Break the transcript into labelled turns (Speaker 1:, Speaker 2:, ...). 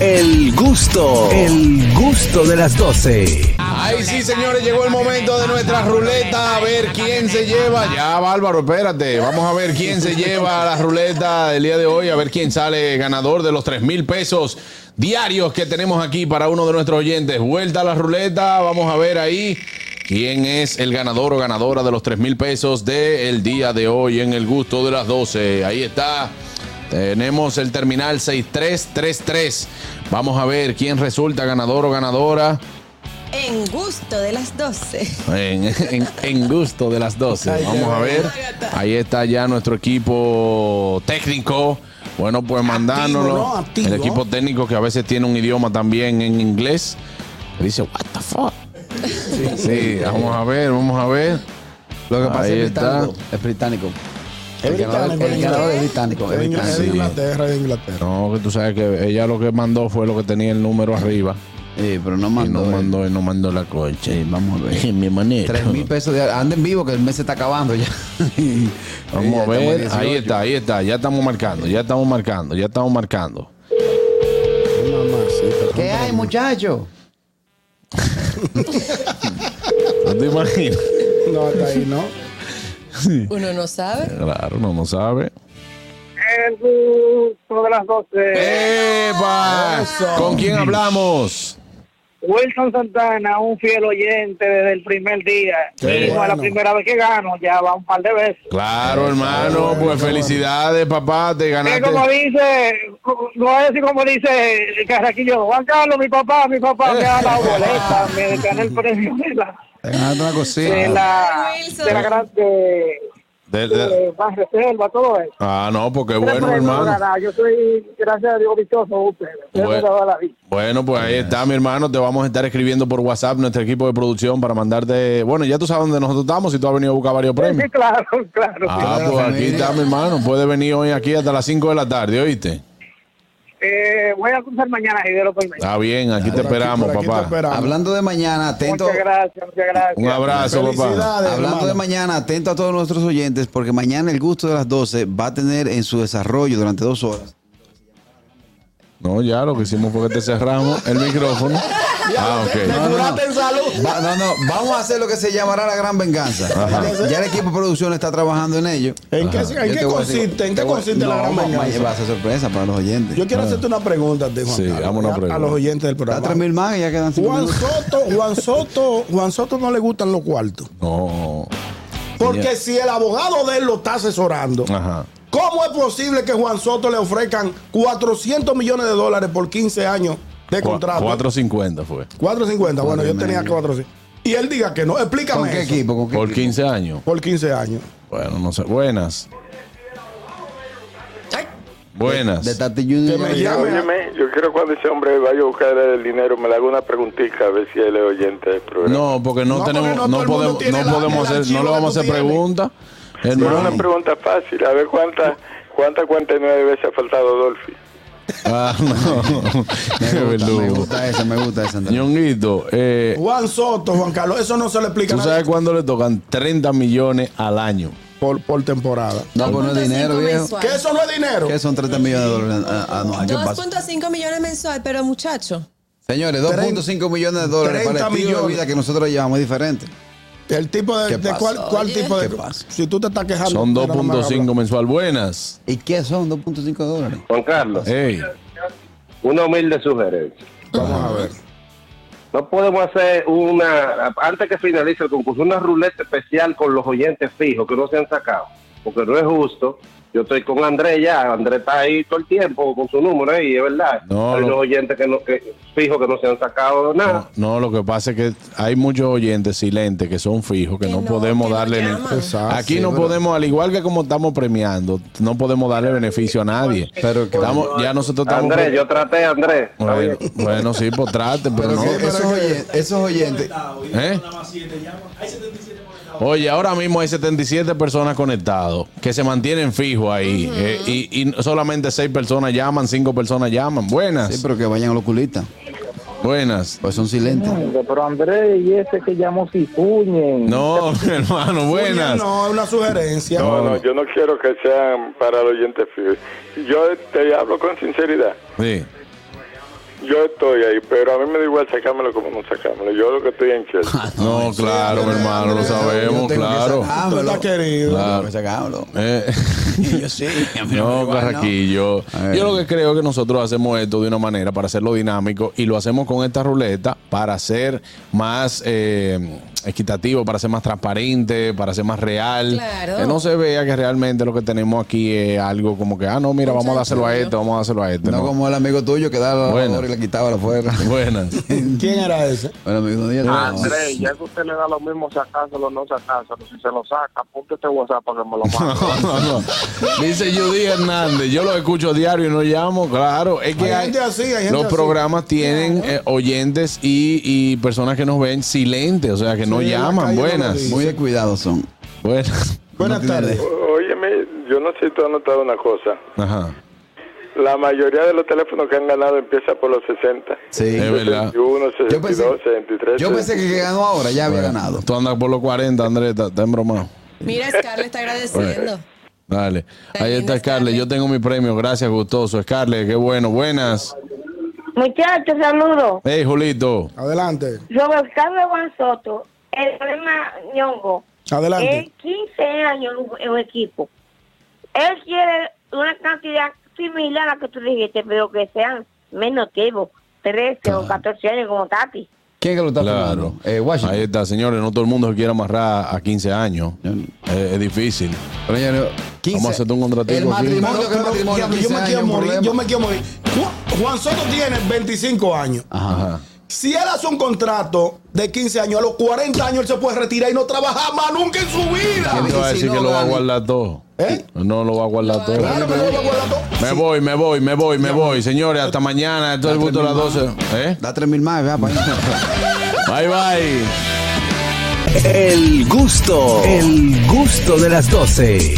Speaker 1: El gusto, el gusto de las 12.
Speaker 2: Ahí sí, señores, llegó el momento de nuestra ruleta. A ver quién se lleva. Ya, Bárbaro, espérate. Vamos a ver quién se lleva la ruleta del día de hoy. A ver quién sale ganador de los 3 mil pesos diarios que tenemos aquí para uno de nuestros oyentes. Vuelta a la ruleta. Vamos a ver ahí quién es el ganador o ganadora de los 3 mil pesos del día de hoy en el gusto de las 12. Ahí está. Tenemos el terminal 6333. Vamos a ver quién resulta ganador o ganadora.
Speaker 3: En gusto de las 12.
Speaker 2: En, en- en gusto de las 12. Vamos a ver. Ahí está ya nuestro equipo técnico. Bueno, pues mandándolo.
Speaker 4: ¿no? Activo.
Speaker 2: El equipo técnico que a veces tiene un idioma también en inglés. Que dice, what the fuck. Sí, vamos a ver, vamos a ver.
Speaker 5: Lo que pasa
Speaker 2: Ahí
Speaker 5: es
Speaker 2: está.
Speaker 5: británico. Es británico.
Speaker 4: Es
Speaker 5: El ganador-
Speaker 4: británico,
Speaker 5: El ganador es
Speaker 4: ¿eh?
Speaker 5: británico. Es
Speaker 4: Es de
Speaker 5: británico.
Speaker 4: Inglaterra, es de Inglaterra.
Speaker 2: No, que tú sabes que ella lo que mandó fue lo que tenía el número arriba.
Speaker 5: Sí, pero no
Speaker 2: Y no
Speaker 5: mandó. eh.
Speaker 2: mandó, y no mandó la concha.
Speaker 5: Sí, vamos a ver.
Speaker 2: Mi manito.
Speaker 5: Tres mil pesos de Anden vivo que el mes se está acabando ya. Sí, ya
Speaker 2: Vamos a
Speaker 5: estamos en
Speaker 2: ver, ahí
Speaker 5: 18.
Speaker 2: está, ahí está, ya estamos marcando, ya estamos marcando, ya estamos marcando.
Speaker 5: ¿Qué hay, muchacho?
Speaker 2: ¿No te imaginas?
Speaker 4: No, hasta ahí, ¿no?
Speaker 3: Uno no sabe.
Speaker 2: Claro, no, no sabe.
Speaker 6: El gusto de las 12.
Speaker 2: Eh. ¡Epa! ¿Con quién hablamos?
Speaker 6: Wilson Santana, un fiel oyente desde el primer día.
Speaker 4: Qué
Speaker 6: Y no es la
Speaker 4: bueno.
Speaker 6: primera vez que gano, ya va un par de veces.
Speaker 2: Claro, hermano, pues felicidades, papá, te
Speaker 6: Es
Speaker 2: ganaste.
Speaker 6: como dice, co- no es así como dice el Carraquillo, Juan Carlos, mi papá, mi papá me ha dado boleta, me gané el premio de la,
Speaker 5: Te ganaste una
Speaker 2: Ah.
Speaker 6: de
Speaker 5: cosita.
Speaker 6: la, de la gran, de,
Speaker 2: De- de-
Speaker 6: de Ban Reserva, todo eso.
Speaker 2: Ah, no, porque
Speaker 6: Tres
Speaker 2: Ah. bueno,
Speaker 6: premios
Speaker 2: hermano.
Speaker 6: ganados. Yo soy, gracias a Dios, vicioso ustedes. Ustedes me
Speaker 2: Bueno.
Speaker 6: han dado la vida.
Speaker 2: Bueno, pues ahí está, mi hermano. Te vamos a estar escribiendo por WhatsApp nuestro equipo de producción para mandarte. Bueno, ya tú sabes dónde nosotros estamos y tú has venido a buscar varios premios.
Speaker 6: Sí, claro, claro.
Speaker 2: Ah, pues aquí está, mi hermano. Puedes venir hoy aquí hasta las 5 de la tarde, ¿oíste?
Speaker 6: Eh, voy a cruzar mañana y de lo que
Speaker 2: Está bien, aquí te
Speaker 4: Por aquí,
Speaker 2: esperamos,
Speaker 4: por aquí te
Speaker 2: papá.
Speaker 4: esperamos.
Speaker 5: Hablando de mañana, atento.
Speaker 6: Muchas gracias, muchas gracias.
Speaker 2: Un abrazo, papá.
Speaker 4: Felicidades,
Speaker 5: Hablando
Speaker 4: hermano.
Speaker 5: de mañana, atento a todos nuestros oyentes, porque mañana el gusto de las 12 va a tener en su desarrollo durante dos horas.
Speaker 2: No, ya lo que hicimos fue que te cerramos el micrófono. Ah, ok.
Speaker 5: no, no.
Speaker 4: Curate en salud.
Speaker 5: Va- no, no, vamos a hacer lo que se llamará la gran venganza. Ya, ya el equipo de producción está trabajando en ello.
Speaker 4: ¿En qué,
Speaker 5: Yo
Speaker 4: en qué
Speaker 5: te voy a decir-
Speaker 4: consiste, en
Speaker 5: te
Speaker 4: qué
Speaker 5: voy a-
Speaker 4: consiste la
Speaker 5: No,
Speaker 4: gran
Speaker 5: ma- ma-
Speaker 4: venganza?
Speaker 5: Va a ser sorpresa para los oyentes.
Speaker 4: Yo quiero hacerte una pregunta, a ti, Juan
Speaker 2: Ah. Sí,
Speaker 4: Carlos,
Speaker 2: dame una
Speaker 4: a-
Speaker 2: pregunta.
Speaker 4: A los oyentes del
Speaker 5: Da tres
Speaker 4: programa.
Speaker 5: mil más y ya quedan cinco
Speaker 4: Juan
Speaker 5: minutos.
Speaker 4: Soto, Juan Soto, Juan Soto no le gustan los cuartos.
Speaker 2: No.
Speaker 4: Porque si el abogado de él lo está asesorando,
Speaker 2: Ajá.
Speaker 4: ¿cómo es posible que Juan Soto le ofrezcan 400 millones de dólares por 15 años de
Speaker 2: Cu-
Speaker 4: contrato?
Speaker 2: 4.50 fue.
Speaker 4: 450, bueno, yo tenía 400. Y él diga que no, explícame
Speaker 5: ¿Con qué
Speaker 4: eso.
Speaker 5: equipo? ¿Con qué
Speaker 2: Por
Speaker 5: equipo?
Speaker 2: 15 años.
Speaker 4: Por 15 años.
Speaker 2: Bueno, no sé. Buenas. Buenas.
Speaker 5: De Tati Junior.
Speaker 4: Que me llame.
Speaker 7: Óyeme, yo quiero cuando ese hombre vaya a buscar el dinero, me le hago una preguntita a ver si él es oyente del programa.
Speaker 2: No, porque no,
Speaker 4: No, porque
Speaker 2: tenemos, no
Speaker 4: no todo el mundo
Speaker 2: podemos,
Speaker 4: tiene
Speaker 2: no
Speaker 4: la-
Speaker 2: podemos
Speaker 4: el
Speaker 2: hacer, no
Speaker 4: archivo
Speaker 2: le vamos a
Speaker 4: que
Speaker 2: hacer
Speaker 4: tú tienes.
Speaker 2: preguntas.
Speaker 7: Pero
Speaker 2: Hermano.
Speaker 7: una pregunta fácil, a ver cuántas cuántas 49 veces ha faltado Dolphy.
Speaker 2: Ah, no. Qué
Speaker 5: Me gusta, me
Speaker 2: verdugo.
Speaker 5: gusta esa, me gusta esa. Andrés.
Speaker 2: Ñonguito, eh,
Speaker 4: Juan Soto, Juan Carlos, eso no se le
Speaker 2: tú
Speaker 4: explica a nadie.
Speaker 2: sabes cuándo le tocan 30 millones al año.
Speaker 4: por, por temporada.
Speaker 5: No, pues no es dinero, viejo.
Speaker 4: Que eso no es dinero.
Speaker 5: ¿Qué son 30 millones de dólares ah, ah, no, ¿Qué pasa?
Speaker 3: 2.5 millones mensual, pero muchacho.
Speaker 5: Señores,
Speaker 4: Treinta-
Speaker 5: 2.5 millones de dólares para
Speaker 4: treinta
Speaker 5: el estilo de
Speaker 4: millones.
Speaker 5: vida que nosotros llevamos es diferente.
Speaker 4: El tipo de,
Speaker 5: ¿Qué
Speaker 4: de
Speaker 5: pasa?
Speaker 4: cuál, cuál
Speaker 3: Oye.
Speaker 4: tipo de
Speaker 5: ¿Qué pasa?
Speaker 4: Si tú te estás quejando.
Speaker 2: Son
Speaker 4: mira, Ah, no me hagas
Speaker 2: 2.5
Speaker 4: hablar.
Speaker 2: mensual. Buenas.
Speaker 5: ¿Y qué son 2.5 dólares?
Speaker 8: Juan Carlos,
Speaker 2: Ey.
Speaker 8: una humilde sugerencia.
Speaker 4: Vamos a ver.
Speaker 8: No podemos hacer una, antes que finalice el concurso, una ruleta especial con los oyentes fijos que no se han sacado, porque no es justo. Yo estoy con Andrés ya, Andrés está ahí todo el tiempo con su número y es verdad.
Speaker 2: No,
Speaker 8: Hay
Speaker 2: lo-
Speaker 8: los oyentes que no, que, fijos que no se han sacado nada.
Speaker 2: No, no, lo que pasa es que hay muchos oyentes silentes que son fijos, que,
Speaker 3: Que
Speaker 2: no,
Speaker 3: no,
Speaker 2: podemos
Speaker 3: que no
Speaker 2: darle...
Speaker 3: llaman.
Speaker 2: ni-
Speaker 4: Exacto,
Speaker 2: Aquí
Speaker 4: sí,
Speaker 2: no
Speaker 4: pero-
Speaker 2: podemos, al igual que como estamos premiando, no podemos darle beneficio a nadie. Pero ya nosotros estamos...
Speaker 8: Andrés, yo traté a Andrés. está
Speaker 2: bueno,
Speaker 8: bien.
Speaker 2: bueno, sí, pues trate, pero,
Speaker 5: Pero
Speaker 2: no...
Speaker 5: que esos, oyen- esos oyentes.
Speaker 2: ¿Eh? Oye, ahora mismo hay 77 personas conectados que se mantienen fijos ahí eh, y, y solamente 6 personas llaman, 5 personas llaman. Buenas,
Speaker 5: Sí, pero que vayan al oculista.
Speaker 2: buenas.
Speaker 5: Pues son silentes.
Speaker 6: Pero Andrés, y ese que llamó Cifuñen.
Speaker 2: No, hermano, buenas.
Speaker 4: No, es una sugerencia.
Speaker 7: No, no, yo no quiero que sean para el oyente fiel. Yo te hablo con sinceridad.
Speaker 2: Sí.
Speaker 7: Yo estoy ahí, pero a mí me da igual sacármelo como no sacármelo. Yo lo que estoy en Chelsea.
Speaker 2: No, claro,
Speaker 5: Andrea,
Speaker 2: hermano, lo
Speaker 5: Andrea, yo
Speaker 2: sabemos,
Speaker 5: tengo que
Speaker 2: claro.
Speaker 5: sacármelo.
Speaker 4: Ah, Tú estás querido.
Speaker 5: Yo tengo
Speaker 2: Claro.
Speaker 5: que sacármelo.
Speaker 2: Eh,
Speaker 5: Yo sí. a mí
Speaker 2: No,
Speaker 5: me va,
Speaker 2: Carraquillo.
Speaker 5: Ay.
Speaker 2: Yo lo que creo es que nosotros hacemos esto de una manera para hacerlo dinámico y lo hacemos con esta ruleta para ser más eh, equitativo, para ser más transparente, para ser más real.
Speaker 3: Claro.
Speaker 2: Que no se vea que realmente lo que tenemos aquí es algo como que, ah, no, mira, vamos a dárselo a este, vamos a dárselo a este.
Speaker 5: No,
Speaker 2: No,
Speaker 5: como el amigo tuyo que daba la
Speaker 2: Bueno.
Speaker 5: lavadora y le quitaba la fuerza.
Speaker 2: Buenas.
Speaker 4: ¿Quién era ese?
Speaker 5: Bueno, amigo, no digas
Speaker 2: Ah,
Speaker 5: nada.
Speaker 6: Andrés, ya que usted le da lo mismo sacárselo o no sacárselo, si se lo saca, ponte este WhatsApp para que me lo mande.
Speaker 2: No, no, no. Dice Judy Hernández, yo lo escucho diario y no llamo, claro. Es que
Speaker 4: Hay
Speaker 2: hay-
Speaker 4: gente así, hay gente
Speaker 2: los
Speaker 4: así.
Speaker 2: programas tienen eh, oyentes y, y personas que nos ven silentes, o sea, que no
Speaker 4: Sí, en la
Speaker 2: llaman.
Speaker 4: calle no lo
Speaker 2: Buenas,
Speaker 4: dicen.
Speaker 5: Muy descuidados son.
Speaker 2: buenas.
Speaker 4: Buenas
Speaker 5: No tiene
Speaker 4: tardes.
Speaker 5: idea.
Speaker 7: O- Óyeme, yo no sé si tú has notado una cosa.
Speaker 2: Ajá,
Speaker 7: La mayoría de los teléfonos que han ganado empieza por los 60.
Speaker 5: Sí.
Speaker 2: es verdad.
Speaker 7: 61,
Speaker 5: Yo pensé,
Speaker 7: 62, 63.
Speaker 5: yo pensé que el que ganó ahora ya había
Speaker 2: Bueno,
Speaker 5: ganado.
Speaker 2: Tú andas por los 40, Andrés, está, está embromado.
Speaker 3: Mira, Scarlett está agradeciendo.
Speaker 2: Dale, ahí está Scarlett, yo tengo mi premio, gracias, gustoso. Scarlett, qué bueno, buenas.
Speaker 9: Muchachos, saludos.
Speaker 2: Hey, Julito.
Speaker 4: Adelante.
Speaker 9: Robert Carlos Juan Soto, el problema ñongo, es
Speaker 4: Adelante.
Speaker 9: 15 años en un equipo. Él quiere una cantidad similar a la que tú dijiste, pero que sean menos tiempo, 13 o 14 años como Tati.
Speaker 5: ¿Quién que lo está
Speaker 2: Claro.
Speaker 5: firmando? Eh, Washington.
Speaker 2: Ahí está, señores, no todo el mundo se quiere amarrar a 15 años. Eh, es difícil.
Speaker 5: Pero ya no- 15.
Speaker 2: Vamos a hacerte un contratico
Speaker 5: El
Speaker 2: aquí.
Speaker 5: matrimonio, que el
Speaker 4: Pero,
Speaker 5: matrimonio,
Speaker 4: diablo, yo
Speaker 5: 15
Speaker 4: me quiero
Speaker 5: años,
Speaker 4: morir,
Speaker 5: problema.
Speaker 4: yo me quiero morir. Ju- Juan Soto tiene 25 años.
Speaker 5: Ajá.
Speaker 4: Si él hace un contrato de 15 años, a los 40 años él se puede retirar y no trabajar más nunca en su vida.
Speaker 2: ¿Quién te va a
Speaker 5: Y si
Speaker 2: decir que
Speaker 5: no
Speaker 2: lo va a
Speaker 5: gana?
Speaker 2: guardar todo?
Speaker 4: ¿Eh?
Speaker 2: No lo va a guardar todo.
Speaker 4: Claro que no va a guardar todo.
Speaker 2: Me voy, me voy, me voy, me voy. Señores, hasta mañana. Esto es el gusto de las 12. ¿Eh?
Speaker 5: Da 3 mil más, vea, para
Speaker 2: Bye, bye.
Speaker 1: El gusto, el gusto de las 12.